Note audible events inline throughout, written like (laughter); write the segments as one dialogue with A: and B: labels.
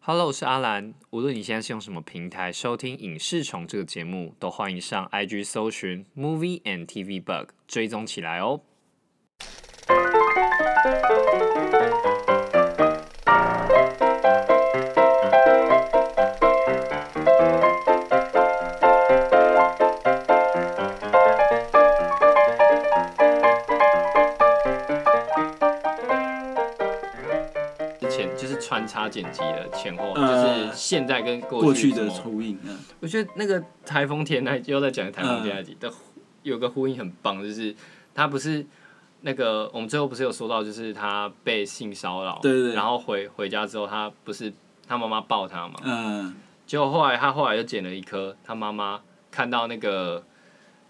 A: Hello，我是阿兰。无论你现在是用什么平台收听《影视虫》这个节目，都欢迎上 IG 搜寻 Movie and TV Bug 追踪起来哦。之前就是穿插剪辑的前后，
B: 呃
A: 就是现在跟过去
B: 过去
A: 怎
B: 的
A: 么
B: 初印，嗯，
A: 我觉得那个台风天那一集又在讲台风天那一集的、有个呼应很棒，就是他不是那个我们最后不是有说到，就是他被性骚扰，
B: 对对对
A: 然后回回家之后，他不是他妈妈抱他嘛，
B: 嗯，
A: 结果后来他后来又捡了一颗，他妈妈看到那个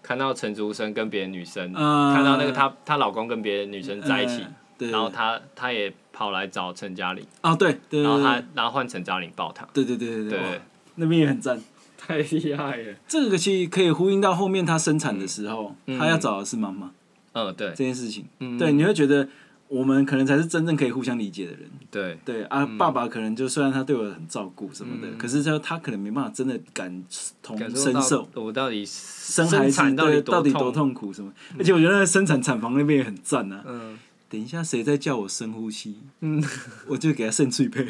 A: 看到陈竹生跟别的女生，
B: 嗯
A: 看到那个她她老公跟别的女生在一起，
B: 嗯对，
A: 然后她她也跑来找陈嘉玲，
B: 哦，对对，对
A: 然后她然后换陈嘉玲抱她，
B: 对对对对对，
A: 对
B: 哇，那边也很赞。
A: 太厉害了，
B: 这个其实可以呼应到后面他生产的时候，
A: 嗯
B: 他要找的是妈妈
A: 嗯对
B: 这件事情。
A: 嗯
B: 对，你会觉得我们可能才是真正可以互相理解的人。
A: 对。
B: 对啊，爸爸可能就虽然他对我很照顾什么的，
A: 嗯
B: 可是就他可能没办法真的感同
A: 感受
B: 身
A: 到
B: 受
A: 我到底
B: 生
A: 生
B: 孩子
A: 产到底
B: 对到底多
A: 多？
B: 痛苦什么。而且我觉得那个生产产房那边也很赞啊。
A: 嗯，
B: 等一下谁在叫我深呼吸，嗯， (laughs) 我就给他肾脆配。
A: (laughs)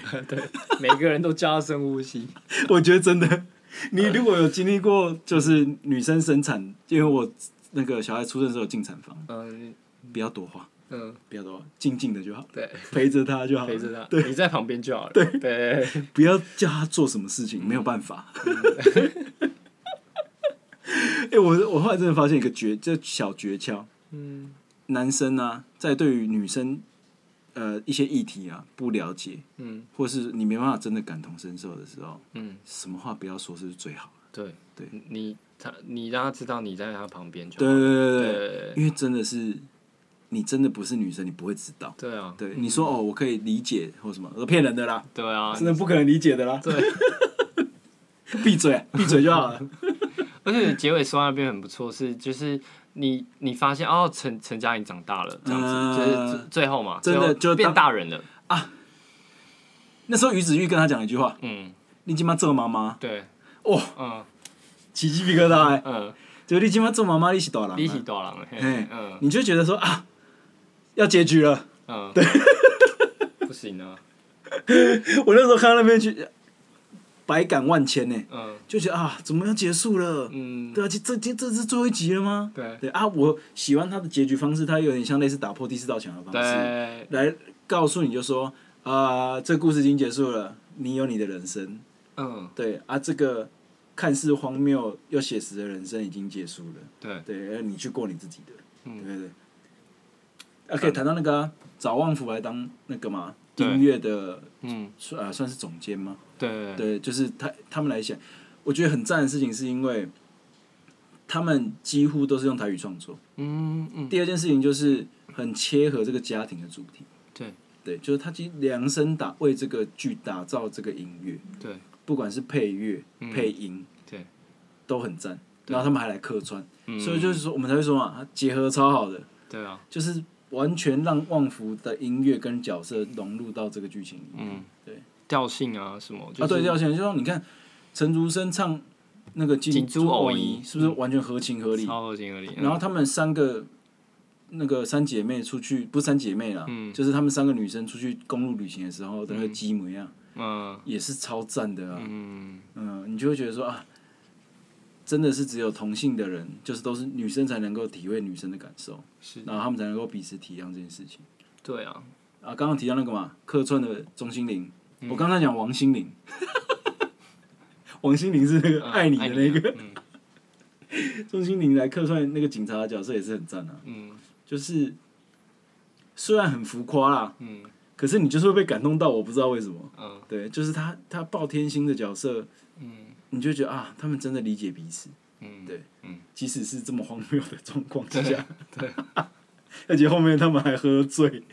B: (laughs)
A: 每个人都叫他深呼吸。
B: 我觉得真 (laughs) 的，你如果有经历过，就是女生生产，因为我那个小孩出生的时候有进产房，
A: (laughs) 嗯
B: 不要多话，
A: 嗯，
B: 不要多话，静静的就好，
A: 对，
B: (laughs) 陪着他就好，
A: 陪着他，
B: 对，
A: 你在旁边就好了。对对，
B: 不要叫他做什么事情，没有办法。嗯 (laughs) 哎、我我后来真的发现一个诀，这小诀窍，
A: 嗯
B: 男生啊，在对于女生呃一些议题啊不了解，
A: 嗯
B: 或是你没办法真的感同身受的时候，
A: 嗯，
B: 什么话不要说是最好的。
A: 对
B: 对，
A: 你他你让他知道你在他旁边就
B: 对
A: 好。
B: 对对对对。
A: 对
B: 因为真的是你真的不是女生，你不会知道。
A: 对啊，
B: 对，你说哦，我可以理解或什么，我说骗人的啦，
A: 对啊
B: 真，的不可能理解的啦。
A: 对。
B: (laughs) 闭 (laughs) 嘴，啊闭嘴就好了。
A: 而且结尾说到那边很不错，是就是你你发现哦，陈陈嘉颖长大了，这样
B: 嗯
A: 子，就是最最后嘛，
B: 真的
A: 最后
B: 就
A: 变
B: 当
A: 大人了。
B: 那时候于子玉跟他讲一句话
A: 嗯，：“
B: 你今妈做妈妈，
A: 对，
B: 哇，
A: 嗯
B: 起鸡皮疙瘩、欸。
A: 嗯，”
B: 就你今妈做妈妈，你是大人、
A: 比起
B: 啊，
A: 大人了，嘿
B: 嘿
A: 嗯。
B: 你就觉得说啊，要结局了。
A: 嗯，对，不行啊，
B: 我那时候看到那边去，百感万千呢、
A: 嗯
B: 就觉得啊，怎么要结束了？
A: 嗯，
B: 对啊，这这这这是最后一集了吗？
A: 对
B: 对啊，我喜欢他的结局方式，他有点像类似打破第四道墙的方式，
A: 对，
B: 来告诉你就说，啊、这故事已经结束了，你有你的人生，
A: 嗯
B: 对啊，这个看似荒谬又写实的人生已经结束了，
A: 对，
B: 对，哎而你去过你自己的，
A: 嗯
B: 对对对。啊，可以谈到那个啊、找旺福来当那个嘛
A: 对
B: 音乐的
A: 嗯
B: 算呃算是总监吗？
A: 对对
B: 对，就是他他们来写，我觉得很赞的事情是因为他们几乎都是用台语创作。
A: 嗯嗯
B: 第二件事情就是很切合这个家庭的主题，
A: 对
B: 对，就是他其实量身打为这个剧打造这个音乐，
A: 对
B: 不管是配乐、
A: 嗯
B: 配音
A: 对，
B: 都很赞，然后他们还来客串，
A: 嗯
B: 所以就是说我们才会说嘛，它结合超好的，
A: 对啊，
B: 就是完全让旺福的音乐跟角色融入到这个剧情里面。
A: 嗯
B: 对
A: 调性啊什么，就
B: 啊，对，
A: 是
B: 廖先生，就像你看陈竹生唱那个
A: 锦
B: 珠
A: 珠偶
B: 仪
A: 仪，
B: 是不是完全合情合理？
A: 超合情合理，
B: 然后他们三个那个三姐妹出去，不是三姐妹啦，
A: 嗯
B: 就是他们三个女生出去公路旅行的时候的那个鸡模样，
A: 嗯
B: 也是超赞的啊。
A: 嗯
B: 嗯你就会觉得说啊，真的是只有同性的人，就是都是女生才能够体会女生的感受，
A: 是，
B: 然后他们才能够彼此体谅这件事情。
A: 对啊，
B: 啊，刚刚提到那个嘛，客串的钟欣凌，
A: 嗯
B: 我刚才讲王心
A: (laughs)
B: 凌，王心凌是那个
A: 嗯
B: 爱你的那个，，
A: 嗯
B: 钟欣凌来客串那个警察的角色也是很赞啊，
A: 嗯
B: 就是虽然很浮夸啦，
A: 嗯
B: 可是你就是会被感动到，我不知道为什么，
A: 嗯
B: 对，就是他他报天星的角色，
A: 嗯
B: 你就觉得啊，他们真的理解彼此，
A: 嗯，
B: 对，
A: 嗯
B: 即使是这么荒谬的状况之下，
A: 对，
B: (laughs) 而且后面他们还喝醉，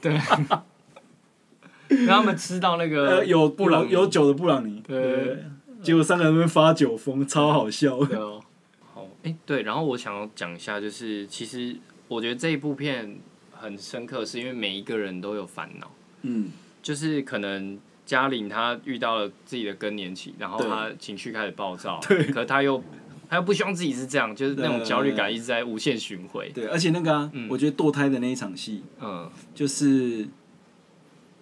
A: 让他们吃到那
B: 呃，
A: 个
B: 有
A: 布朗
B: 有有酒的布朗尼，
A: 对
B: 对，结果三个人在那边发酒疯，超好笑的。
A: 对哦，好，哎、对，然后我想要讲一下，就是其实我觉得这一部片很深刻，是因为每一个人都有烦恼，
B: 嗯，
A: 就是可能嘉玲她遇到了自己的更年期，然后
B: 对
A: 她情绪开始暴躁，
B: 对
A: 可她又她又不希望自己是这样，就是那种焦虑感一直在无限循环。
B: 对，而且那个啊，我觉得堕胎的那一场戏，
A: 嗯，
B: 就是，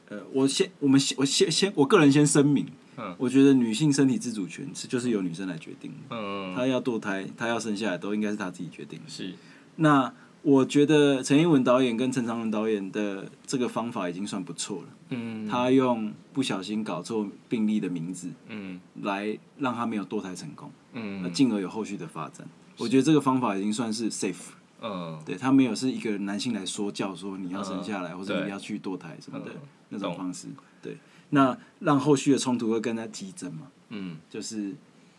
B: 呃，我先，我们先，我先先，我个人先声明，
A: 嗯，
B: 我觉得女性身体自主权是就是由女生来决定的，
A: 嗯，
B: 她要堕胎，她要生下来，都应该是她自己决定的。
A: 是，
B: 那我觉得陈英文导演跟陈长文导演的这个方法已经算不错了，
A: 嗯
B: 他用不小心搞错病例的名字
A: 嗯
B: 来让他没有堕胎成功，那
A: 嗯
B: 进而有后续的发展。我觉得这个方法已经算是 safe 了。
A: 嗯，
B: 对他没有是一个男性来说教说你要生下来，
A: 嗯
B: 或者
A: 对
B: 你要去堕胎什么的、
A: 嗯
B: 那种方式。对，那让后续的冲突会更加激增嘛？
A: 嗯
B: 就是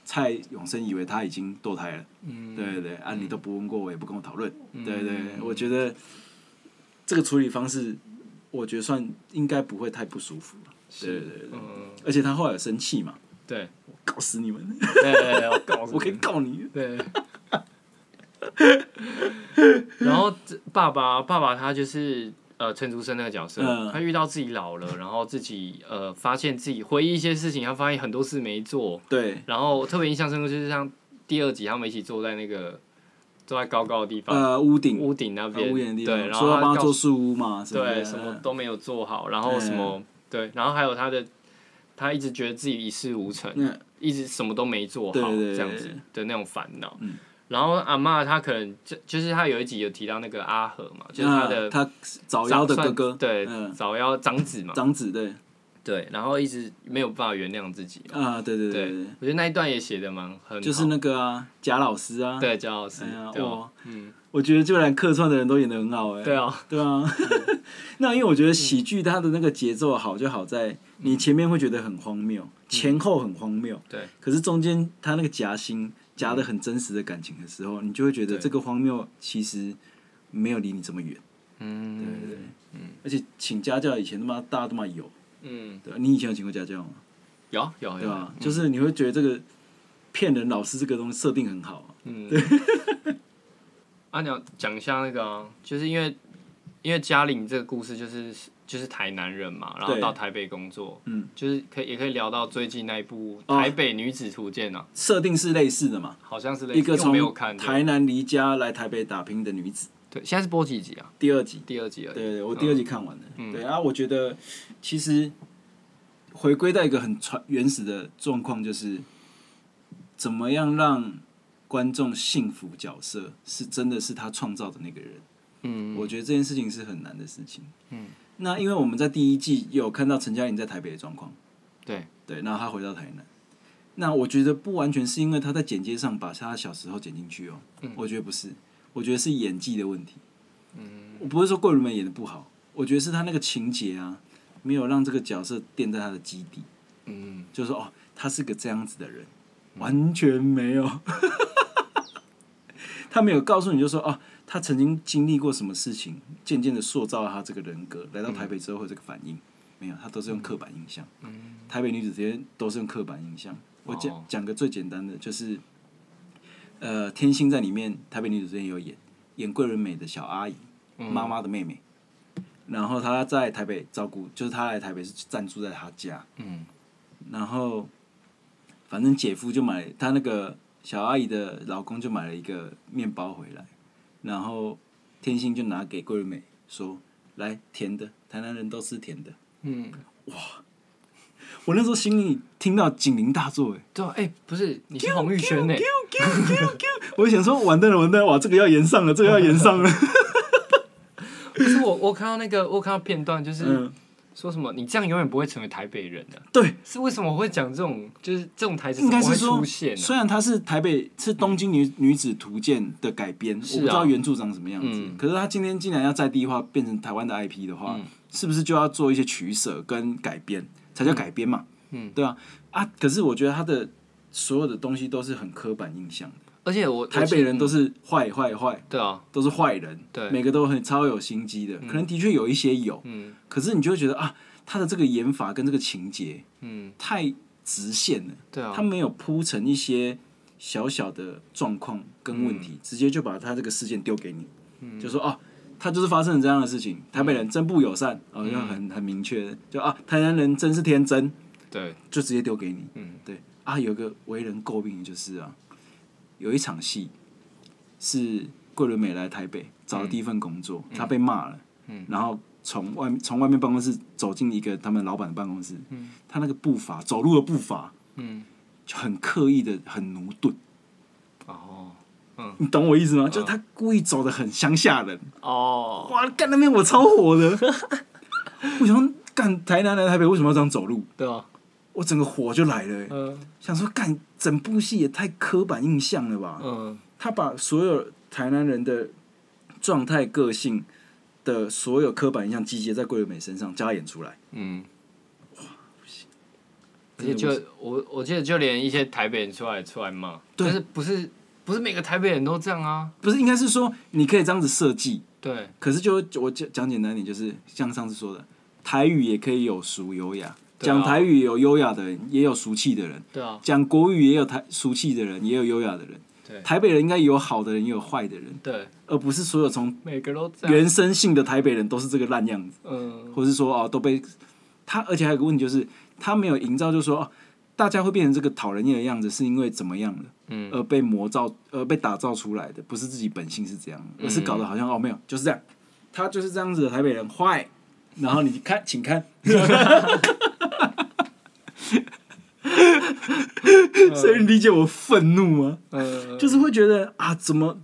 B: 蔡永生以为他已经堕胎了，
A: 嗯，
B: 对对对，啊，你都不问过我，也不跟我讨论，
A: 嗯
B: 对对对，我觉得这个处理方式，我觉得算应该不会太不舒服了。对对对对，
A: 嗯，
B: 而且他后来有生气嘛，
A: 对，
B: 告死你们，
A: 对对对，我告诉你
B: 我可以告你。
A: 对。 (laughs) 然后这爸爸，爸爸他就是呃陈竹生那个角色，
B: 嗯
A: 他遇到自己老了，然后自己呃发现自己回忆一些事情，他发现很多事没做，
B: 对，
A: 然后特别印象深刻就是像第二集他们一起坐在那个坐在高高的地方、
B: 呃，屋顶，
A: 屋顶那
B: 啊
A: 边，
B: 屋檐的地
A: 对，
B: 方，
A: 然
B: 说
A: 后
B: 要帮
A: 他
B: 他
A: 告
B: 做
A: 诉
B: 树屋嘛，啊什么
A: 对
B: 的嗯
A: 什么都没有做好，然后什么、对，然后还有他的他一直觉得自己一事无成，
B: 那
A: 一直什么都没做好，
B: 嗯对对对
A: 这样子的那种烦恼。
B: 嗯
A: 然后阿嬷她可能就就是她有一集有提到那个阿和嘛，就是她的
B: 啊他早夭的哥哥，
A: 对，
B: 嗯，
A: 早夭长子嘛，
B: 长子对，
A: 对，然后一直没有办法原谅自己。
B: 啊，对对对
A: 对
B: 对，，
A: 我觉得那一段也写的蛮很好，
B: 就是那个啊，贾老师啊，，
A: 对焦老师
B: 哎呀，，
A: 对吧
B: 哇，
A: 嗯，
B: 我觉得就连客串的人都演的很好哎，
A: 对嗯啊，
B: 对啊， (laughs) 那因为我觉得喜剧它的那个节奏好就好在你前面会觉得很荒谬，前后很荒谬，
A: 嗯对，嗯
B: 可是中间它那个夹心夹的很真实的感情的时候，你就会觉得
A: 对
B: 这个荒谬其实没有离你这么远，对对
A: 嗯
B: 对，而且请家教以前他妈大家他妈有，
A: 嗯，
B: 对吧，啊你以前有请过家教吗？
A: 有啊有嗯
B: 对啊
A: 有
B: 吧，？就是你会觉得这个骗人老师这个东西设定很好啊、
A: 嗯，阿鸟啊讲一下那个啊，就是因为因为嘉玲这个故事就是就是台南人嘛，然后
B: 对
A: 到台北工作，
B: 嗯，
A: 就是可以也可以聊到最近那一部
B: 哦
A: 《台北女子图鉴》啊，
B: 设定是类似的嘛，
A: 好像是类似
B: 一个
A: 因为我
B: 从
A: 没有看对
B: 台南离家来台北打拼的女子，
A: 对，现在是播几集啊？
B: 第二集，
A: 第二集而已。嗯
B: 对对，我第二集看完了，对啊，我觉得其实回归到一个很传原始的状况，就是怎么样让观众幸福角色是真的是他创造的那个人。
A: 嗯
B: 我觉得这件事情是很难的事情。嗯，那因为我们在第一季有看到陈嘉玲在台北的状况，
A: 对
B: 对，然后她回到台南。那我觉得不完全是因为她在剪接上把她小时候剪进去哦、
A: 嗯
B: 我觉得不是，我觉得是演技的问题。嗯，我不是说桂纶镁演的不好，我觉得是她那个情节啊，没有让这个角色垫在她的基底，
A: 嗯，
B: 就是说哦，她是个这样子的人，完全没有。 (laughs) 他没有告诉你，就说哦，他曾经经历过什么事情，渐渐的塑造了他这个人格。来到台北之后会有这个反应，没有，他都是用刻板印象。台北女子这些都是用刻板印象。我讲
A: 哦
B: 讲个最简单的，就是呃，天心在里面，台北女子之间有演演桂纶镁的小阿姨，妈妈的妹妹。然后她在台北照顾，就是她来台北是暂住在她家。
A: 嗯
B: 然后反正姐夫就买他那个小阿姨的老公就买了一个面包回来，然后天心就拿给桂纶镁说：“来甜的，台南人都吃甜的。
A: 嗯，”
B: 我那时候心里听到警铃大作，哎，
A: 对啊，哎，不是，你是洪玉轩呢？
B: 我想说完蛋了完蛋了，哇，这个要延上了，这个要延上了，
A: 不是我，我看到那个，我看到片段，就是
B: 嗯，
A: 说什么你这样永远不会成为台北人的，
B: 对，
A: 是为什么我会讲这种，就是这种台词
B: 应该
A: 怎
B: 是
A: 么会
B: 说
A: 出，现啊嗯呢？
B: 虽然它是台北是东京女女子图鉴的改编，我不知道原著长什么样子，
A: 啊嗯
B: 可是它今天既然要在地化变成台湾的 IP 的话，是不是就要做一些取舍跟改编，才叫改编嘛？
A: 嗯
B: 对啊，啊，可是我觉得它的所有的东西都是很刻板印象的，
A: 而且我
B: 台北人都是坏坏坏，
A: 对啊，
B: 都是坏人，
A: 对
B: 每个都很超有心机的，可能的确有一些有，
A: 嗯
B: 可是你就会觉得啊，他的这个演法跟这个情节
A: 嗯，
B: 太直线了。
A: 对啊
B: 他，没有铺成一些
A: 嗯
B: 小小的状况跟问题，直接就把他这个事件丢给你，就说哦，他就是发生了这样的事情，台北
A: 嗯
B: 人真不友善，哦，就很很明确，就啊，台南人真是天真，
A: 对，
B: 就直接丢给你。
A: 嗯，
B: 对啊，有一个为人诟病的就是啊，有一场戏是桂纶镁来台北找了第一份工作，他被骂了，嗯，然后从外从外面办公室走进一个他们老板的办公室，嗯，他那个步伐走路的步伐，
A: 嗯，
B: 就很刻意的很驽钝，
A: 哦
B: 你懂我意思吗？就是他故意走的很乡下人，
A: 哦，
B: 哇，干那边我超火 (laughs) 的，我想说干台南来台北为什么要这样走路？
A: 对啊，
B: 我整个火就来了、欸
A: 嗯
B: 想说干整部戏也太刻板印象了吧？
A: 嗯
B: 他把所有台南人的状态、个性的所有刻板印象集结在桂纶镁身上，加演出来。
A: 嗯，而且就我我记得就连一些台北人出来出来骂，
B: 对
A: 但是不是不是每个台北人都这样啊？
B: 不是，应该是说你可以这样子设计，
A: 对，
B: 可是就我讲讲简单一点，就是像上次说的，台语也可以有俗有雅，
A: 对啊
B: 讲、台语有优雅的人，也有俗气的人；
A: 对啊，
B: 讲国语也有台俗气的人，也有优雅的人。
A: 对
B: 台北人应该有好的人，也有坏的人，
A: 对，
B: 而不是所有从
A: 每个都这样，
B: 原生性的台北人都是这个烂样子。
A: 嗯，
B: 或是说哦都被他，而且还有个问题就是他没有营造，就是说哦大家会变成这个讨人厌的样子，是因为怎么样的，
A: 嗯，
B: 而被磨造，呃被打造出来的，不是自己本性是这样，而是搞得好像哦没有就是这样，他就是这样子的台北人坏，然后你看请看，所以你理解我愤怒吗？
A: 嗯
B: 就是会觉得啊，怎么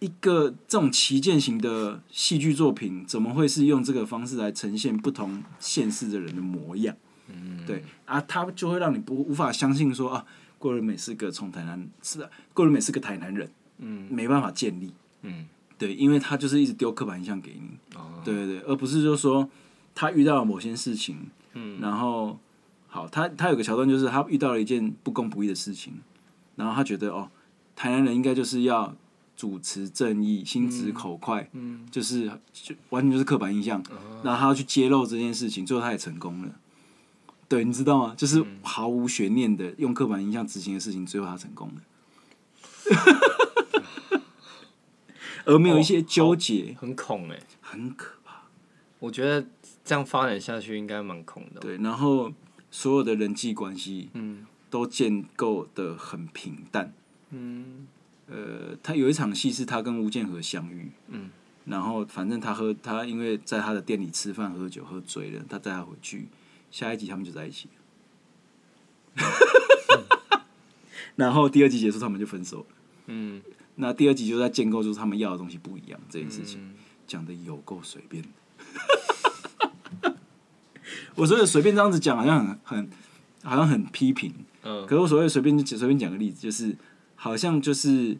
B: 一个这种旗舰型的戏剧作品，怎么会是用这个方式来呈现不同县市的人的模样？嗯，对啊，他就会让你不无法相信说啊，桂纶镁是个从台南是啊桂纶镁是个台南人，嗯，没办法建立，
A: 嗯，
B: 对，因为他就是一直丢刻板印象给你，
A: 哦
B: 对对对，而不是就说他遇到了某些事情，
A: 嗯，
B: 然后好，他他有个桥段就是他遇到了一件不公不义的事情，然后他觉得哦，台南人应该就是要主持正义、心直口快，嗯，哦就是就完全就是刻板印象，然后他要去揭露这件事情，最后他也成功了。对，你知道吗？就是毫无悬念的用刻板印象执行的事情，最后他成功了， (laughs) 而没有一些纠结，
A: 很恐哎、
B: 很可怕。
A: 我觉得这样发展下去应该蛮恐的。
B: 对，然后所有的人际关系，
A: 嗯，
B: 都建构的很平淡。
A: 嗯
B: 呃，他有一场戏是他跟吴建和相遇，
A: 嗯，
B: 然后反正他喝他因为在他的店里吃饭喝酒喝醉了，他带他回去，下一集他们就在一起 (laughs) 了然后第二集结束，他们就分手了。
A: 嗯
B: 那第二集就在建构，就是他们要的东西不一样这件事情。
A: 嗯，
B: 讲的有够随便的。我所以随便这样子讲，好像很很好像很批评。
A: 嗯
B: 可是我所谓随便就随便讲个例子，就是好像就是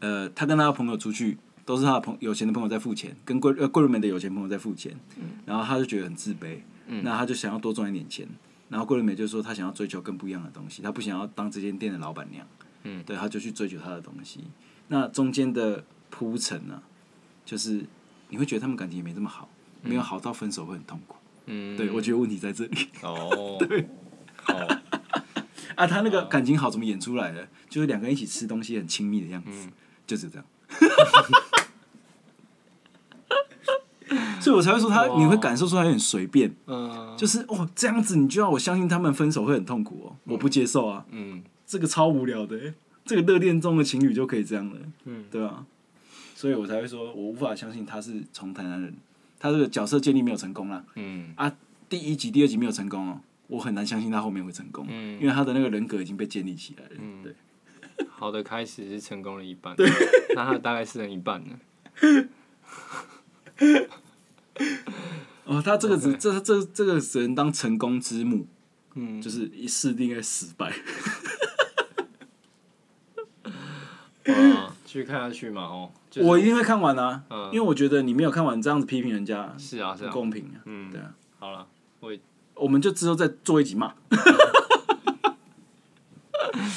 B: 呃，他跟他的朋友出去，都是他的朋有钱的朋友在付钱，跟桂呃桂纶镁的有钱朋友在付钱，然后他就觉得很自卑，那他就想要多赚一点钱。然后桂纶镁就说他想要追求更不一样的东西，他不想要当这间店的老板娘，
A: 嗯
B: 对，他就去追求他的东西。那中间的铺陈呢，就是你会觉得他们感情也没这么好，没有好到分手会很痛苦。
A: 嗯，
B: 对，我觉得问题在这里 (laughs)
A: 哦，好，
B: 啊，他那个感情好怎么演出来的？就是两个人一起吃东西很亲密的样子，就是这样。 (laughs) 所以我才会说他，
A: 哇
B: 你会感受出他有点随便，
A: (laughs) 嗯
B: 就是哦这样子，你就要我相信他们分手会很痛苦哦，我不接受啊，
A: 嗯
B: 这个超无聊的欸，这个热恋中的情侣就可以这样了，
A: 嗯
B: 对吧、所以我才会说，我无法相信他是从台南人，他这个角色建立没有成功啦，
A: 嗯
B: 啊，第一集、第二集没有成功哦，我很难相信他后面会成功，
A: 嗯
B: 因为他的那个人格已经被建立起来了。对，
A: 好的开始是成功了一半，那他大概是成一半呢。
B: 哦，他这个只这这这个只能当成功之母，
A: 嗯，
B: 就是一试定该失败。
A: (laughs) 哇，继续看下去嘛，哦，就是
B: 我一定会看完啊，
A: 嗯
B: 因为我觉得你没有看完，这样子批评人家
A: 是啊是
B: 不
A: 啊，
B: 公平啊。
A: 嗯
B: 对啊，
A: 好了，我也
B: 我们就之后再做一集
A: (laughs)
B: 骂。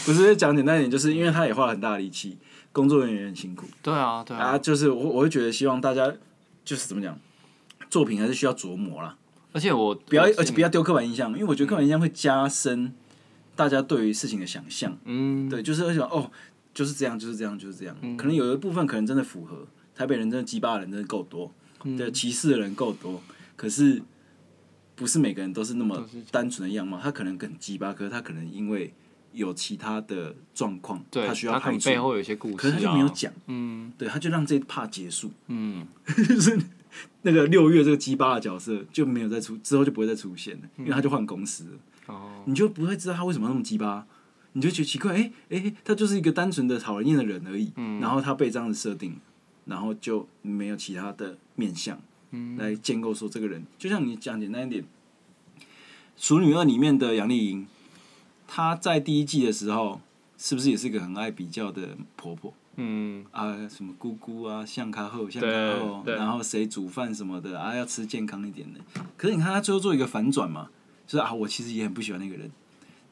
B: 不是讲简单一点，就是因为他也花了很大的力气，工作人员也很辛苦。
A: 对啊对
B: 啊，，就是我我会觉得希望大家就是怎么讲，作品还是需要琢磨啦，
A: 而且我
B: 不要
A: 我是嗯
B: 而且不要丢刻板印象，因为我觉得刻板印象会加深大家对于事情的想象。
A: 嗯
B: 对，就是会想哦，就是这样，就是这样，就是这样。可能有一部分可能真的符合，台北人真的鸡巴人真的够多，
A: 嗯
B: 对歧视的人够多，可是不是每个人都是那么单纯的样貌，他可能更鸡巴，可是他可能因为有其他的状况，
A: 对，
B: 需要
A: 可
B: 排
A: 能
B: 除，
A: 背后有一些故事、啊，
B: 可是他就没有讲，
A: 嗯
B: 对，他就让这一趴结束，
A: 嗯，
B: 就是那个六月这个鸡巴的角色就没有再出，之后就不会再出现了，
A: 嗯
B: 因为他就换公司了。
A: 哦，
B: 你就不会知道他为什么那么鸡巴，你就觉得奇怪，哎、哎、他就是一个单纯的讨人厌的人而已。然后他被这样子设定，然后就没有其他的面相、来建构说这个人。就像你讲简单一点，《熟女二》里面的杨丽莹，她在第一季的时候，是不是也是一个很爱比较的婆婆？
A: 嗯，
B: 啊，什么姑姑啊，像咖后，像
A: 对
B: 咖后，
A: 对
B: 然后谁煮饭什么的啊，要吃健康一点的。可是你看他最后做一个反转嘛，就是啊，我其实也很不喜欢那个人。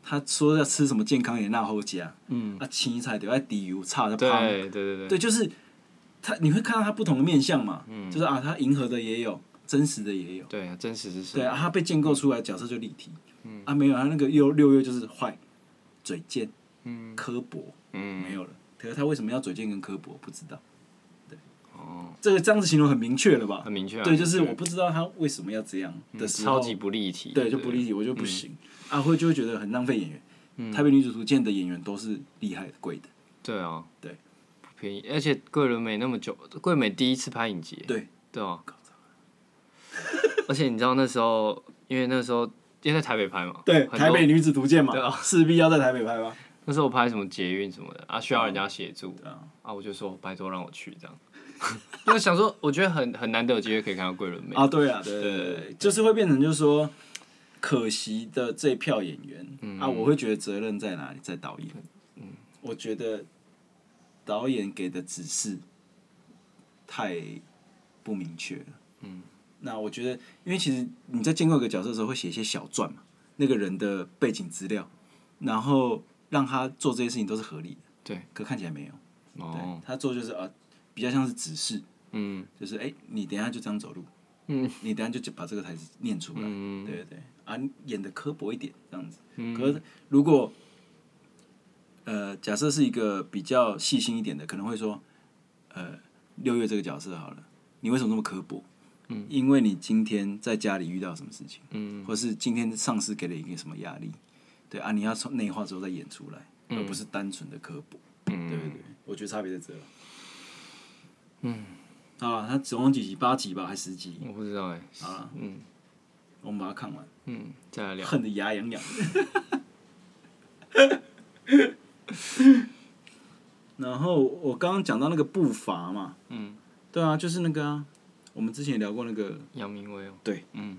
B: 他说要吃什么健康也那后加，
A: 嗯，
B: 啊，青菜对，要底油差的
A: 对
B: 胖，
A: 对对
B: 对，就是他你会看到他不同的面相嘛，
A: 嗯
B: 就是啊，他迎合的也有，真实的也有，
A: 对，真实之事
B: 对，啊，他被建构出来角色就立体，啊，没有他那个六六月就是坏，嘴贱，
A: 嗯
B: 刻薄，
A: 嗯，
B: 没有了。可是他为什么要嘴贱跟刻薄？不知道。
A: 哦，
B: 这个这样子形容很明确了吧？
A: 很明确啊
B: 对，就是
A: 对
B: 我不知道他为什么要这样的时
A: 超
B: 候，
A: 级嗯不立体，
B: 对就不理解，我就不行。啊，会就会觉得很浪费演员。
A: 嗯
B: 台北女主图鉴的演员都是厉害的贵的，
A: 对啊，
B: 对，
A: 不便宜，而且桂纶镁那么久，桂纶镁第一次拍影集，
B: 对
A: 对啊，而且你知道那时候，因为那时候因为在台北拍嘛，
B: 对，
A: 很多
B: 台北女子图鉴嘛
A: 对啊，
B: 势必要在台北拍吧？
A: 那时候我拍什么捷运什么的啊，需要人家协助
B: 对啊，
A: 啊，我就说拜托让我去这样， (laughs) 因为想说我觉得很很难得有机会可以看到桂纶镁，
B: 啊，对啊，对
A: 对
B: 对
A: 对
B: 对，就是会变成就是说，可惜的这票演
A: 嗯
B: 员啊，我会觉得责任在哪里，在导演。我觉得导演给的指示太不明确了。
A: 嗯
B: 那我觉得，因为其实你在建构一个角色的时候，会写一些小传嘛，那个人的背景资料，然后让他做这些事情都是合理的。
A: 对，
B: 可看起来没有，
A: 哦，
B: 他做就是啊、呃比较像是指示，
A: 嗯
B: 就是哎、你等一下就这样走路，
A: 嗯，
B: 你等一下就把这个台词念出来，
A: 嗯
B: 对对对，啊，你演的刻薄一点这样子。可是如果呃，假设是一个比较细心一点的，可能会说，呃，六月这个角色好了，你为什么那么刻薄？嗯，因为你今天在家里遇到什么事情，
A: 嗯，
B: 或是今天上司给了一个什么压力，对啊，你要从内化之后再演出来，而不是单纯的刻薄，对对
A: 嗯，
B: 对，我觉得差别在这了。嗯，啊，他总共几集？八集吧，还十集？
A: 我不知道哎，
B: 啊，
A: 嗯
B: 我们把它看完，
A: 嗯，再来聊，
B: 恨得
A: (laughs)
B: 牙痒痒。然后我刚刚讲到那个步伐嘛，
A: 嗯，
B: 对啊，就是那个啊，我们之前也聊过那个，
A: 杨明威哦，
B: 对，
A: 嗯，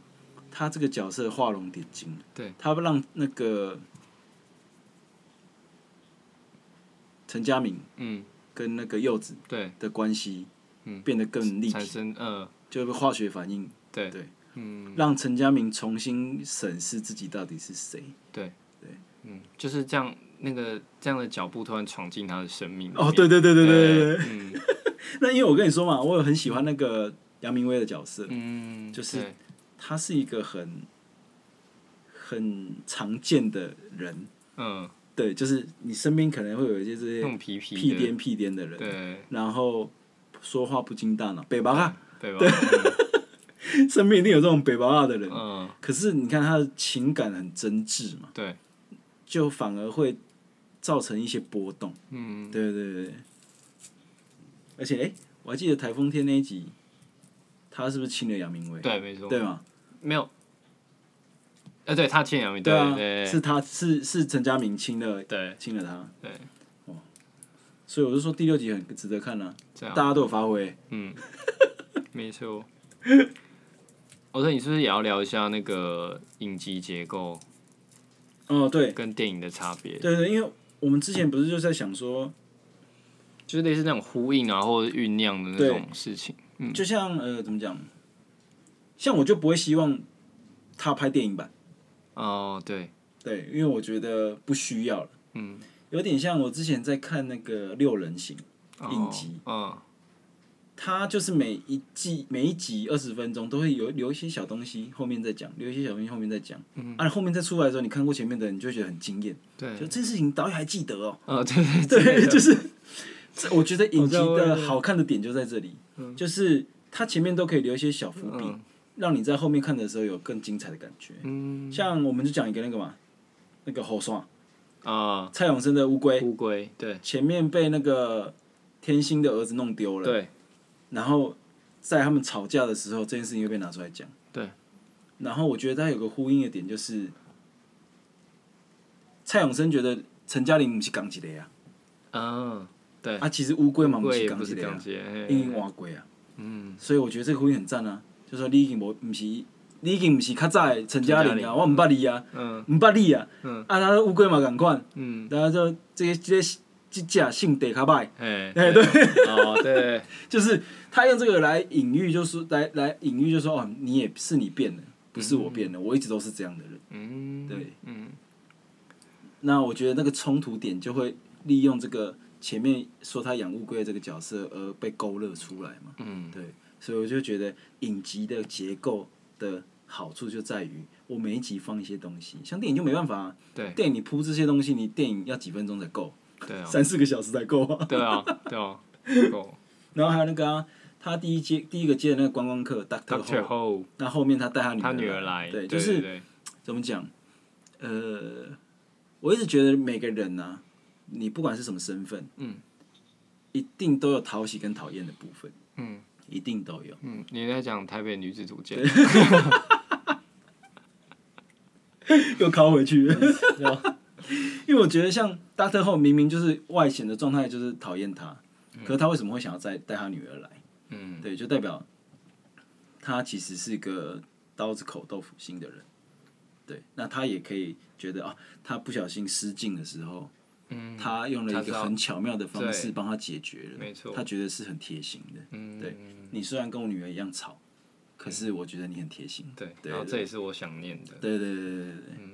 B: 他这个角色画龙点睛，
A: 对，
B: 他让那个陈佳明
A: 嗯，
B: 跟那个柚子
A: 对，
B: 的关系，
A: 嗯
B: 变得更立
A: 产
B: 体，
A: 生呃，
B: 就是化学反应，
A: 对
B: 对，
A: 嗯，
B: 让陈佳明重新审视自己到底是谁。
A: 嗯，就是这样，那个这样的脚步突然闯进他的生命里面
B: 哦，对对对对对对对。
A: 嗯
B: 那因为我跟你说嘛，我有很喜欢那个杨明威的角色，
A: 嗯，
B: 就是
A: 对
B: 他是一个很很常见的人，
A: 嗯，
B: 对，就是你身边可能会有一些这
A: 那
B: 些
A: 种皮皮
B: 屁
A: 的
B: 颠屁颠的人，
A: 对
B: 然后说话不经大脑，北巴啊，
A: 对吧？
B: (laughs) 身边一定有这种北巴啊的人，
A: 嗯，
B: 可是你看他的情感很真挚嘛，
A: 对，
B: 就反而会造成一些波动，
A: 嗯，
B: 对对对对，而且哎、诶我还记得台风天那一集，他是不是亲了杨明 (laughs) 威？
A: 嗯对，没错，
B: 对吗？
A: 没有，呃，对他欠杨明，
B: 对啊，
A: 对
B: 是他是是陈佳明亲了
A: 对
B: 亲了他，哦
A: 对，
B: 所以我就说第六集很值得看啊，
A: 这
B: 大
A: 样，
B: 家都有发挥。
A: 嗯，没错。我说你是不是也要聊一下那个影集结构
B: 哦，对
A: 跟电影的差别？
B: 对对，因为我们之前不是就在想说，
A: 就是类似那种呼应啊，或者酝酿的那种事情。嗯
B: 就像呃怎么讲，像我就不会希望他拍电影版，
A: 哦，对，
B: 对，因为我觉得不需要了，
A: 嗯，
B: 有点像我之前在看那个《六人行》，
A: 哦
B: 影集，
A: 嗯，
B: 它就是每一季每一集二十分钟都会有留一些小东西，后面再讲，留一些小东西后面再讲，啊，后面再出来的时候，你看过前面的，你就会觉得很惊艳。
A: 嗯对
B: 就，这件事情导演还记得哦。
A: (laughs) 哦，对对
B: 对，
A: 对，
B: 就是这，我觉得影集
A: 我知道我
B: 的
A: 知道
B: 好看的点就在这里，就是它前面都可以留一些小伏笔，
A: 嗯
B: 让你在后面看的时候有更精彩的感觉。
A: 嗯
B: 像我们就讲一个那个嘛，那个侯双
A: 啊，
B: 蔡永生的乌龟，
A: 乌龟，对
B: 前面被那个天心的儿子弄丢了，
A: 对，
B: 然后在他们吵架的时候，这件事情又被拿出来讲。
A: 对。
B: 然后我觉得它有个呼应的点就是，蔡永生觉得陈嘉玲不是钢级的呀，
A: 啊，对，
B: 啊，其实乌龟嘛不
A: 龟
B: 是
A: 也
B: 钢
A: 不
B: 级
A: 是
B: 的
A: 钢
B: 呀，
A: 结，
B: 啊因
A: 嘿
B: 为换过啊。
A: 嗯，
B: 所以我觉得这个呼应很赞啊，就说你已经无不是，你已经不是较早的陈嘉
A: 陈
B: 玲
A: 嘉
B: 啊，我毋捌你啊，
A: 嗯
B: 毋捌你啊，
A: 嗯
B: 啊，他乌龟嘛共款，
A: 嗯，
B: 然后就这个这个这只性地较歹，
A: 哎
B: (laughs) 哎
A: 对，哦
B: (laughs)
A: 对，
B: 就是他用这个来隐喻，就是来来隐喻，就说哦，你也是你变了，不是我变了，我一直都是这样的人。
A: 嗯，
B: 对，
A: 嗯
B: 那我觉得那个冲突点就会利用这个前面说他养乌龟的这个角色而被勾勒出来嘛。
A: 嗯
B: 对，所以我就觉得影集的结构的好处就在于，我每一集放一些东西，像电影就没办法、啊，
A: 对
B: 电影你铺这些东西，你电影要几分钟才够，
A: 对啊，
B: 三四个小时才够 (laughs) 啊。
A: 对啊对啊，够
B: 然后还有那个、啊、他第一接第一个接的那个观光客 Doctor
A: ，Doctor
B: Ho，
A: Ho，
B: 那后面他带他女
A: 他女
B: 儿
A: 儿来，
B: 对，
A: 对，
B: 就
A: 对
B: 是
A: 对
B: 怎么讲，呃，我一直觉得每个人呢、啊，你不管是什么身份，
A: 嗯，
B: 一定都有讨喜跟讨厌的部分，
A: 嗯
B: 一定都有。
A: 嗯，你在讲台北女子图鉴，
B: (laughs) 又拷回去。啊因为我觉得像大特后明明就是外显的状态就是讨厌他，可是他为什么会想要再带他女儿来？
A: 嗯
B: 对，就代表他其实是个刀子口豆腐心的人。对，那他也可以觉得啊，他不小心失禁的时候，
A: 嗯，
B: 他用了一
A: 知
B: 个
A: 道
B: 很巧妙的方式
A: 对
B: 帮他解决了，
A: 没错
B: 他觉得是很贴心的。
A: 嗯
B: 对你虽然跟我女儿一样吵，可是我觉得你很贴心。
A: 对，
B: 对
A: 然后这也是我想念的。
B: 对对对对对对，
A: 嗯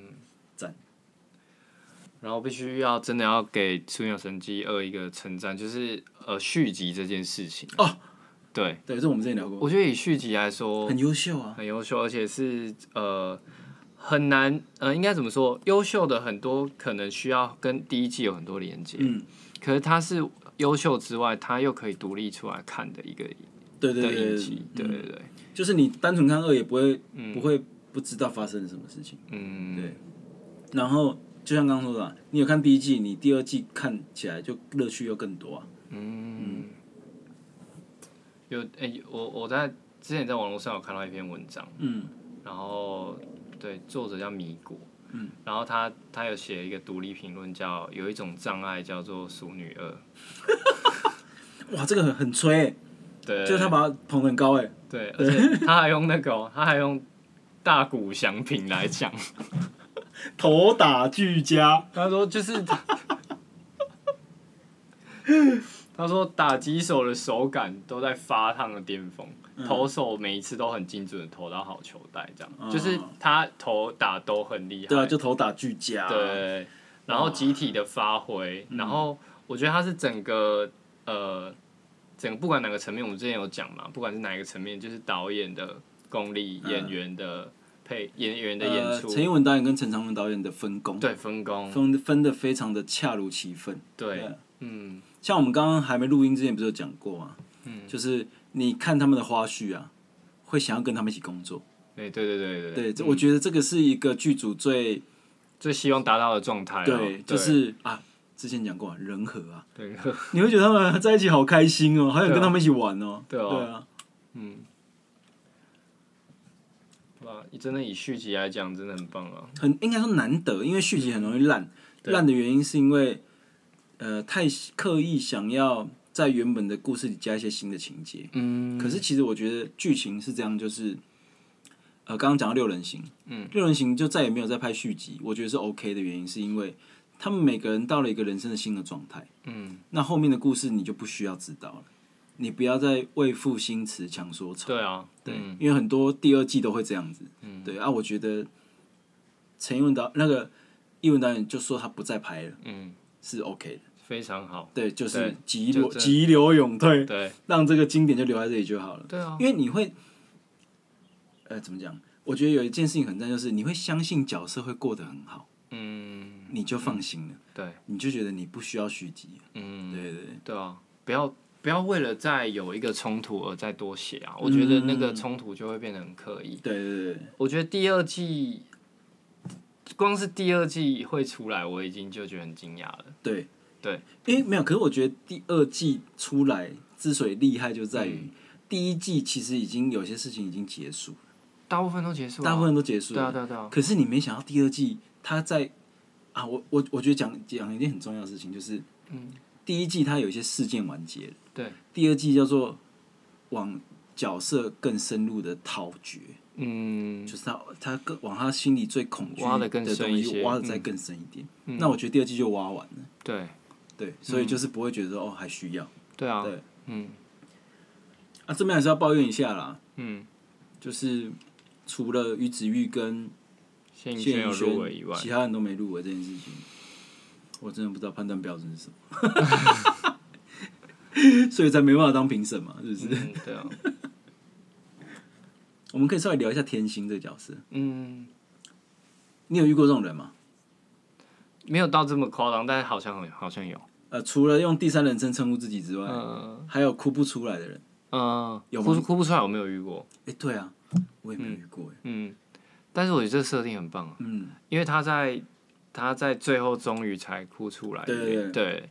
A: 然后必须要真的要给《速鸟神机二》一个称赞，就是呃续集这件事情。啊
B: 哦，
A: 对，
B: 对，这我们之前聊过，
A: 我觉得以续集来说
B: 很优秀啊。
A: 很优秀，而且是呃很难呃应该怎么说？优秀的很多可能需要跟第一季有很多连接，
B: 嗯，
A: 可是它是优秀之外，它又可以独立出来看的一个
B: 对对
A: 的
B: 对
A: 影
B: 对
A: 集。对
B: 嗯
A: 对对，
B: 就是你单纯看二也不会、不会不知道发生了什么事情。
A: 嗯，
B: 对然后就像刚刚说的、啊，你有看第一季，你第二季看起来就乐趣又更多啊。
A: 嗯，有诶、我我在之前在网络上有看到一篇文章，
B: 嗯
A: 然后对作者叫米果，
B: 嗯，
A: 然后他他有写一个独立评论叫有一种障碍叫做熟女二，
B: 哇，这个很很吹、欸，
A: 对，
B: 就是他把它捧得很高哎、
A: 对，而且他还用那个哦、他还用大谷翔平来讲，
B: 头打俱佳。
A: (laughs) 他说就是他。他说打击手的手感都在发烫的巅峰，投手每一次都很精准的投到好球带，这样、
B: 嗯
A: 就是他投打都很厉害。
B: 对啊，就头打俱佳。
A: 对，然
B: 嗯
A: 后集体的发挥，然后我觉得它是整个呃，整个不管哪个层面，我们之前有讲嘛，不管是哪一个层面，就是导演的功力、
B: 嗯
A: 演员的配、演员的
B: 呃
A: 演
B: 陈
A: 出，
B: 英文导演跟陈长文导演的分工，
A: 对分工，
B: 分分的非常的恰如其分。
A: 对，嗯
B: 像我们刚刚还没录音之前，不是有讲过吗？嗯，就是你看他们的花絮啊，会想要跟他们一起工作。
A: 对对对对嗯对
B: 对，这我觉得这个是一个剧组最
A: 最希望达到的状态啊，
B: 对，就是啊，之前讲过啊人和啊，
A: 对， (laughs)
B: 你会觉得他们在一起好开心哦，好想跟他们一起玩哦。
A: 啊对啊
B: 对啊，
A: 嗯。哇，真的以续集来讲，真的很棒啊！
B: 很应该说难得，因为续集很容易烂，烂的原因是因为呃太刻意想要在原本的故事里加一些新的情节，
A: 嗯
B: 可是其实我觉得剧情是这样，就是呃，刚刚讲到六人行，嗯，六人行就再也没有再拍续集，我觉得是 OK 的原因，是因为他们每个人到了一个人生的新的状态，
A: 嗯，
B: 那后面的故事你就不需要知道了，你不要再为赋新词强说愁，
A: 对啊，对
B: 因为很多第二季都会这样子，嗯，对啊，我觉得陈英文导那个英文导演就说他不再拍了，
A: 嗯，
B: 是 OK 的，
A: 非常好，
B: 对，就是
A: 对
B: 急
A: 就
B: 流
A: 这
B: 急流勇退，
A: 对
B: 让这个经典就留在这里就好了。
A: 对啊，
B: 因为你会，呃，怎么讲？我觉得有一件事情很赞，就是你会相信角色会过得很好，
A: 嗯，
B: 你就放心了，
A: 对，
B: 你就觉得你不需要续集了。
A: 嗯，
B: 对对对，
A: 对啊，不要不要为了再有一个冲突而再多写啊！我觉得那
B: 嗯
A: 个冲突就会变得很刻意。
B: 对对对，
A: 我觉得第二季，光是第二季会出来，我已经就觉得很惊讶了。
B: 对
A: 对，
B: 因为没有，可是我觉得第二季出来之所以厉害，就在
A: 嗯
B: 于、第一季其实已经有些事情已经结束，
A: 大部分都结束了，
B: 大部分都结束
A: 对啊
B: 了。
A: 对啊对啊，
B: 可是你没想到第二季它在啊，我我我觉得讲讲一件很重要的事情，就是
A: 嗯，
B: 第一季它有一些事件完结了，
A: 对，
B: 第二季叫做往角色更深入的讨决，
A: 嗯
B: 就是他他更往他心里最恐惧
A: 挖得更
B: 的
A: 深一
B: 东
A: 些
B: 西挖的
A: 嗯
B: 再更深一点。
A: 嗯
B: 那我觉得第二季就挖完了，
A: 对
B: 对，所以就是不会觉得说哦还需要
A: 对啊
B: 对，
A: 嗯
B: 啊，这边还是要抱怨一下啦，
A: 嗯，
B: 就是除了于子玉跟
A: 谢颖轩
B: 谢
A: 有
B: 宇
A: 入围以外，
B: 其他人都没入围这件事情，我真的不知道判断标准是什
A: (laughs)
B: 么，所以才没办法当评审嘛，是不是？
A: 嗯对啊，
B: 我们可以稍微聊一下天心这个角色，
A: 嗯，
B: 你有遇过这种人吗？
A: 没有到这么夸张，但是好像有好像有，
B: 呃，除了用第三人称称呼自己之外，
A: 嗯
B: 还有哭不出来的人。
A: 嗯，
B: 有吗
A: 哭哭不出来，我没有遇过，
B: 哎、对啊，我也没有遇过、哎，
A: 嗯，但是我觉得这个设定很棒啊。
B: 嗯，
A: 因为他在他在最后终于才哭出来，
B: 对对对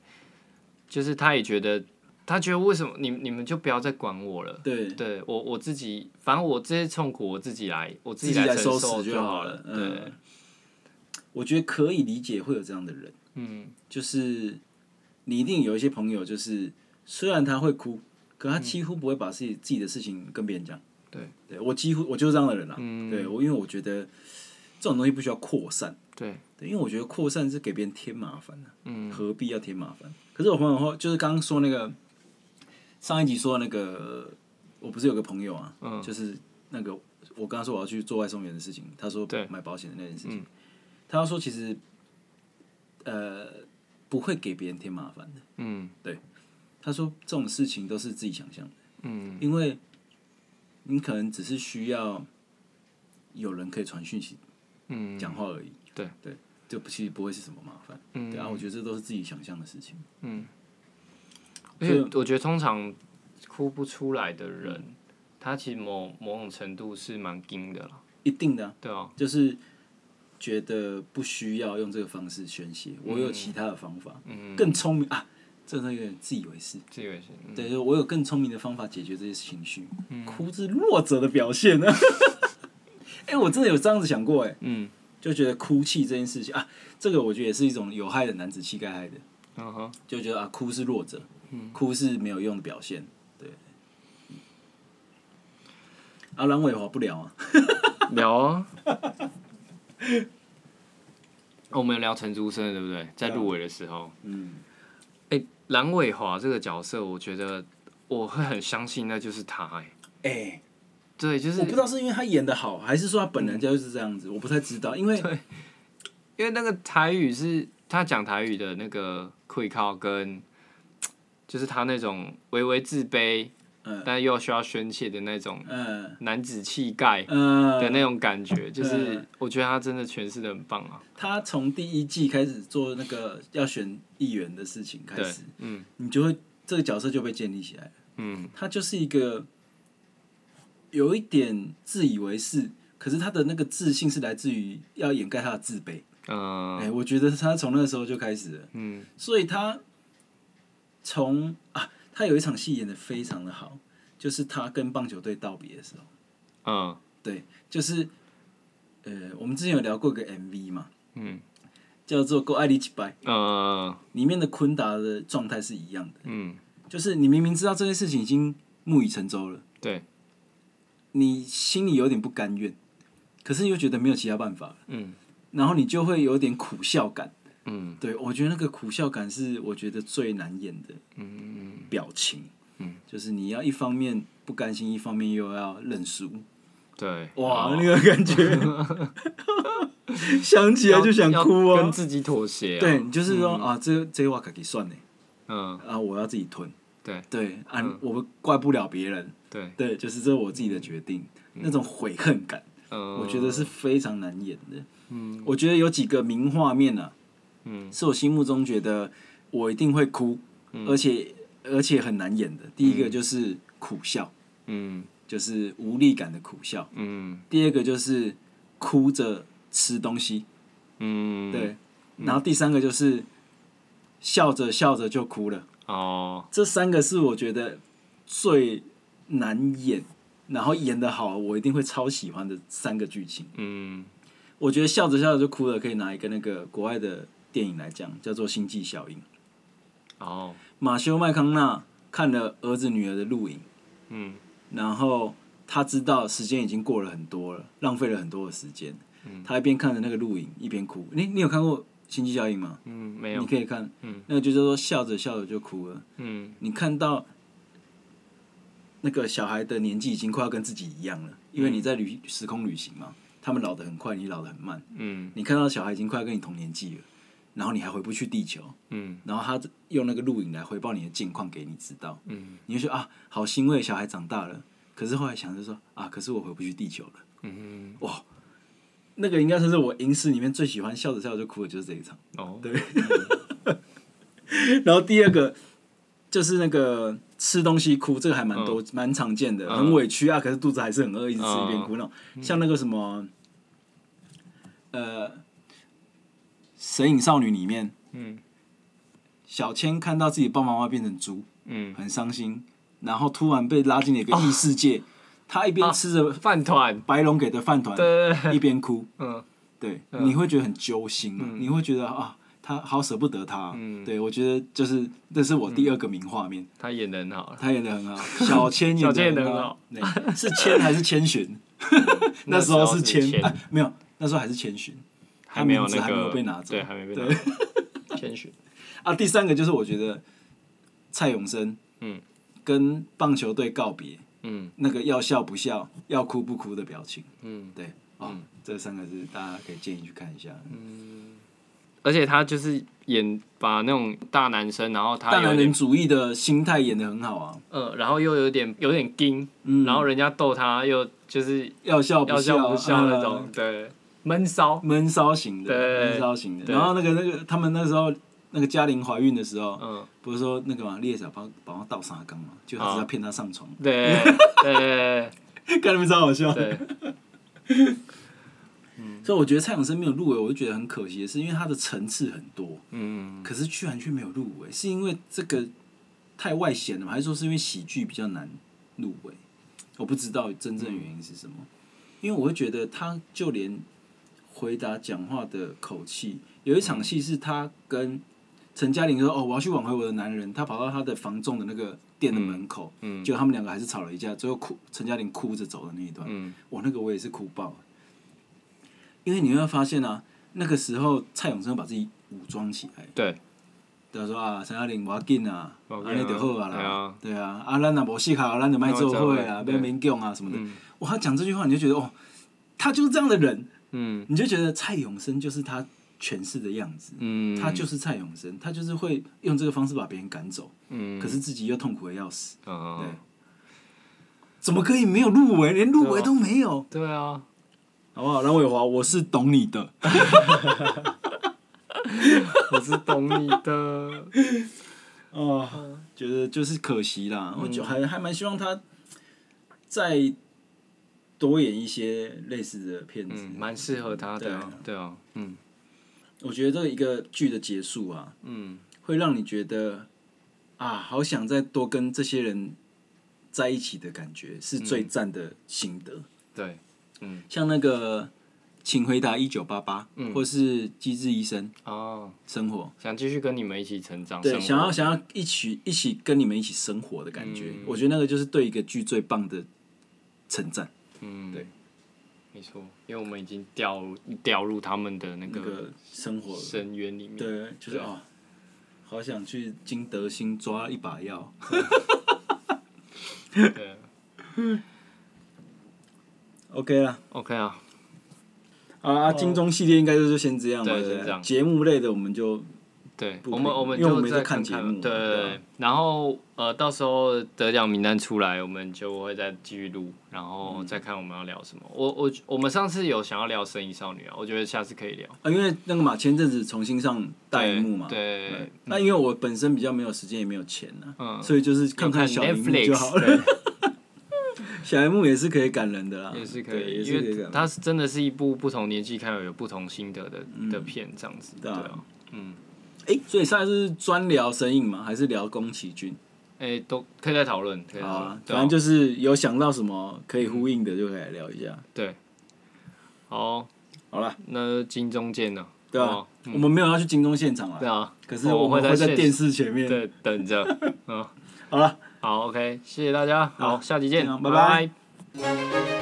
A: 就是他也觉得，他觉得为什么你你们就不要再管我了？
B: 对，
A: 对我我自己，反正我这些痛苦我自己来，我
B: 自
A: 己
B: 来
A: 承
B: 收
A: 受
B: 拾就
A: 好
B: 了。
A: 对
B: 嗯，，我觉得可以理解会有这样的人，
A: 嗯
B: 就是你一定有一些朋友，就是虽然他会哭，可他几乎不会把自己、自己的事情跟别人讲。
A: 对，
B: 对我几乎我就是这样的人啦、啊
A: 嗯
B: 对我，因为我觉得这种东西不需要扩散，
A: 对，
B: 对，因为我觉得扩散是给别人添麻烦的、
A: 嗯
B: 何必要添麻烦？可是我朋友后就是刚刚说那个上一集说的那个，我不是有个朋友啊，
A: 嗯
B: 就是那个我刚刚说我要去做外送员的事情，他说
A: 对
B: 买保险的那件事情，
A: 嗯
B: 他说其实呃不会给别人添麻烦的，
A: 嗯
B: 他说这种事情都是自己想象的，
A: 嗯
B: 因为你可能只是需要有人可以传讯息
A: 嗯，
B: 讲话而已，
A: 对
B: 对，就其实不会是什么麻烦，
A: 嗯
B: 对啊，我觉得这都是自己想象的事情。
A: 嗯，而
B: 所
A: 且
B: 以
A: 我觉得通常哭不出来的人，他其实某某种程度是蛮硬的啦，
B: 一定的啊、
A: 对啊，
B: 就是觉得不需要用这个方式宣泄，我有其他的方法，
A: 嗯，
B: 更聪明啊，这那个自以为是。
A: 自以为是，嗯
B: 对，就是我有更聪明的方法解决这些情绪，哭是弱者的表现呢、啊。 (laughs) 哎、我真的有这样子想过、哎，
A: 嗯
B: 就觉得哭泣这件事情啊，这个我觉得也是一种有害的男子气概害的，
A: 嗯哼。
B: 就觉得啊，哭是弱者，
A: 嗯
B: 哭是没有用的表现，对。啊，阑尾滑不了啊，
A: (laughs) 聊啊。哦 (laughs) 我们有聊陈竹生，对不对？在入围的时候，
B: 嗯，
A: 哎、蓝伟华这个角色，我觉得我会很相信那就是他、哎，
B: 哎、
A: 对，就是
B: 我不知道是因为他演的好，还是说他本来就是这样子，我不太知道。因为
A: 因为那个台语是他讲台语的那个会靠跟，就是他那种微微自卑，
B: 嗯
A: 但又需要宣泄的那种
B: 嗯
A: 男子气概的
B: 呃，
A: 那种感觉，就是
B: 嗯
A: 我觉得他真的诠释的很棒啊。
B: 他从第一季开始做那个要选议员的事情开
A: 对
B: 始，，
A: 嗯
B: 你就会这个角色就被建立起来了。
A: 嗯
B: 他就是一个有一点自以为是，可是他的那个自信是来自于要掩盖他的自卑。哎、
A: 嗯
B: 我觉得他从那个时候就开始了，
A: 嗯
B: 所以他从啊，他有一场戏演的非常的好，就是他跟棒球队道别的时候。
A: 嗯
B: 对，就是呃，我们之前有聊过一个 MV 嘛，
A: 嗯
B: 叫做《够爱你几百》，
A: 嗯
B: 里面的昆达的状态是一样的，
A: 嗯。
B: 就是你明明知道这件事情已经木已成舟了，
A: 对，
B: 你心里有点不甘愿，可是又觉得没有其他办法，
A: 嗯
B: 然后你就会有点苦笑感。
A: 嗯
B: 对我觉得那个苦笑感是我觉得最难演的
A: 嗯
B: 表情，
A: 嗯，
B: 就是你要一方面不甘心，一方面又要认输，
A: 对，
B: 哇，
A: 哦
B: 那个感
A: (laughs)
B: 觉，想起来就想哭
A: 要
B: 啊，
A: 跟自己妥协、啊，
B: 对，你就是说、啊，这这话可以算呢，
A: 嗯，
B: 啊，我要自己吞。
A: 对嗯
B: 对啊，我怪不了别人。
A: 对，
B: 对，就是这是我自己的决定，那种悔恨感，
A: 嗯，
B: 我觉得是非常难演的。
A: 嗯，
B: 我觉得有几个名画面啊，
A: 嗯，
B: 是我心目中觉得我一定会哭，而且而且很难演的。第一个就是苦笑，
A: 嗯
B: 就是无力感的苦笑；
A: 嗯
B: 第二个就是哭着吃东西，
A: 嗯，
B: 对，然后第三个就是笑着笑着就哭了。
A: 哦，
B: 这三个是我觉得最难演，然后演的好，我一定会超喜欢的三个剧情。
A: 嗯
B: 我觉得笑着笑着就哭了，可以拿一个那个国外的电影来讲，叫做《星际效应》。
A: 哦，
B: 马修麦康纳看了儿子女儿的录影，
A: 嗯
B: 然后他知道时间已经过了很多了，浪费了很多的时间。他一边看着那个录影，一边哭。你你有看过《星际效应》吗？
A: 嗯，没
B: 你
A: 有，
B: 可以看，那个就叫做笑着笑着就哭了。
A: 嗯
B: 你看到那个小孩的年纪已经快要跟自己一样了，因为你在旅时空旅行嘛，他们老得很快，你老得很慢。
A: 嗯
B: 你看到小孩已经快要跟你同年纪了，然后你还回不去地球，
A: 嗯
B: 然后他用那个录影来回报你的近况给你知道，
A: 嗯
B: 你就说啊，好欣慰，小孩长大了。可是后来想就说啊，可是我回不去地球了。
A: 嗯，
B: 那个应该算是我影史里面最喜欢笑着笑着就哭的，就是这一场。
A: 哦，
B: 对然后第二个就是那个吃东西哭，这个还蛮多蛮、常见的，
A: 嗯
B: 很委屈啊，可是肚子还是很饿，一直吃一边哭那种。像那个什么，呃，《神隐少女》里面，
A: 嗯
B: 小千看到自己爸爸妈妈变成猪，
A: 嗯，
B: 很伤心，然后突然被拉进了一个异世界，
A: 哦
B: 她一边吃着
A: 饭团，
B: 白龙给的饭团，
A: 啊对对对，
B: 一边哭，
A: 嗯
B: 对，你会觉得很揪心啊，你会觉得啊。他好舍不得他啊、
A: 嗯
B: 对我觉得就是这是我第二个名画面，
A: 他演的很好，
B: 他演的很好，小
A: (laughs)
B: 千
A: 小千演
B: 演
A: 得
B: 的
A: 很
B: 好，对是千还是
A: (laughs)
B: 千寻？那时候是千， (laughs) 啊没有，那时候还是千寻
A: 还没有
B: 他名字
A: 那
B: 还没有
A: 个
B: 被拿走
A: 对，还没被拿走，千寻，
B: 啊。第三个就是我觉得蔡永生，
A: 嗯，
B: 跟棒球队告别，
A: 嗯
B: 那个要笑不笑，要哭不哭的表情，
A: 嗯。嗯
B: 对，哦，这三个是大家可以建议去看一下。
A: 而且他就是演把那种大男生，然后他
B: 大
A: 有
B: 男
A: 点
B: 人主义的心态演的很好啊，
A: 呃，然后又有点有点硬，
B: 嗯，
A: 然后人家逗他又就是
B: 要笑
A: 要
B: 不
A: 笑不笑那
B: 呃
A: 种，对，闷骚，
B: 闷骚型的，
A: 对
B: 闷骚型的。
A: 对
B: 然后那个那个他们那时候那个嘉玲怀孕的时候，
A: 嗯，
B: 不是说那个嘛，猎小帮帮他倒沙缸嘛，就他只是要骗他上床， (laughs)
A: 对对
B: 看他们超好笑。
A: 对，
B: 所以我觉得蔡永生没有入围，我就觉得很可惜的是，因为他的层次很多，
A: 嗯
B: 可是居然却没有入围，是因为这个太外显了吗？还是说是因为喜剧比较难入围？我不知道真
A: 嗯
B: 正原因是什么，因为我会觉得他就连回答讲话的口气，有一场戏是他跟陈嘉玲说：“
A: 嗯
B: 哦，我要去挽回我的男人。”他跑到他的房仲的那个店的门口，
A: 嗯
B: 就他们两个还是吵了一架，最后哭，陈嘉玲哭着走的那一段，
A: 嗯
B: 我那个我也是哭爆了，因为你会发现啊，那个时候蔡永生把自己武装起来，
A: 对，
B: 他说啊，陈嘉玲我要紧啊，
A: 没要紧啊
B: 安尼就好啊
A: 对
B: 啦
A: 啊，
B: 对啊，啊咱若无适合，咱就卖做伙啊，
A: 咱就
B: 别
A: 做伙
B: 勉强啊什么的
A: 嗯。
B: 哇，他讲这句话你就觉得哦，他就是这样的人，
A: 嗯
B: 你就觉得蔡永生就是他诠释的样子，
A: 嗯，
B: 他就是蔡永生，他就是会用这个方式把别人赶走，
A: 嗯，
B: 可是自己又痛苦的要死，
A: 嗯，
B: 怎么可以没有入围，连入围都没有？
A: 对啊，
B: 好不好？梁伟华，我是懂你的。
A: 我是懂你的，
B: (laughs) 哦，觉得就是可惜啦。我就还还蛮希望他再多演一些类似的片子。
A: 嗯，蛮适合他的啊，对啊，嗯
B: 我觉得这一个剧的结束啊，
A: 嗯
B: 会让你觉得啊，好想再多跟这些人在一起的感觉，是
A: 嗯
B: 最赞的心得。
A: 对，嗯
B: 像那个《请回答一九八八》，或是《机智医生
A: 哦，
B: 生活》。
A: 想继续跟你们一起成长，生
B: 对，
A: 活
B: 想要想要一起一起跟你们一起生活的感觉，
A: 嗯
B: 我觉得那个就是对一个剧最棒的称赞。
A: 嗯，
B: 对，
A: 没错，因为我们已经掉入掉入他们的那
B: 那
A: 个
B: 个生活，
A: 深渊
B: (laughs)
A: 里面。
B: 对，就是
A: 对
B: 哦，好想去金德兴抓一把药。
A: 对
B: OK 啦，
A: (laughs) ，OK 啊，
B: 啊，啊金钟系列应该就是先这样吧。
A: 哦对
B: 对不
A: 先
B: 对
A: 这样
B: 节目类的我们就
A: 对，
B: 不
A: 我们
B: 评
A: 我们
B: 因为我
A: 就
B: 们也
A: 再
B: 在看
A: 看
B: 节
A: 看
B: 目
A: 对对
B: 对啊
A: 对。然后呃，到时候得奖名单出来，我们就会再继续录，然后再看我们要聊什么。我我我们上次有想要聊《神隐少女》啊，我觉得下次可以聊。
B: 啊，因为那个嘛，前阵子重新上大荧幕嘛，
A: 对对
B: 对。那因为我本身比较没有时间，也没有钱呢、
A: 嗯
B: 所以就是看看小荧幕就好了。
A: Netflix，
B: (laughs) 小荧幕也是可以感人的啦，
A: 对，也是可
B: 啊对
A: 以，
B: 也
A: 因
B: 是可以感
A: 为
B: 人。
A: 它是真的是一部不同年纪看有不同心得的的片，这样子。
B: 嗯对
A: 对
B: 啊
A: 啊，嗯，
B: 哎、所以上次是专聊神影嘛，还是聊宫崎骏？
A: 哎，都可以再讨论，可以再
B: 好
A: 讨
B: 啊
A: 论，。对
B: 反
A: 啊
B: 正就是有想到什么可以呼应的，就可以来聊一下。
A: 对。好，
B: 好啦，
A: 那金钟见了。
B: 对啊
A: 哦，
B: 我们没有要去金钟现场
A: 对
B: 了，
A: 啊，
B: 可是
A: 我
B: 我们
A: 会
B: 会在
A: 现
B: 电视前面。
A: 对，等
B: (laughs)
A: 着。嗯，
B: 好了。
A: 好，OK，谢谢大家，好，
B: 好啊
A: 下期见
B: 这，样拜
A: 拜
B: 拜
A: 拜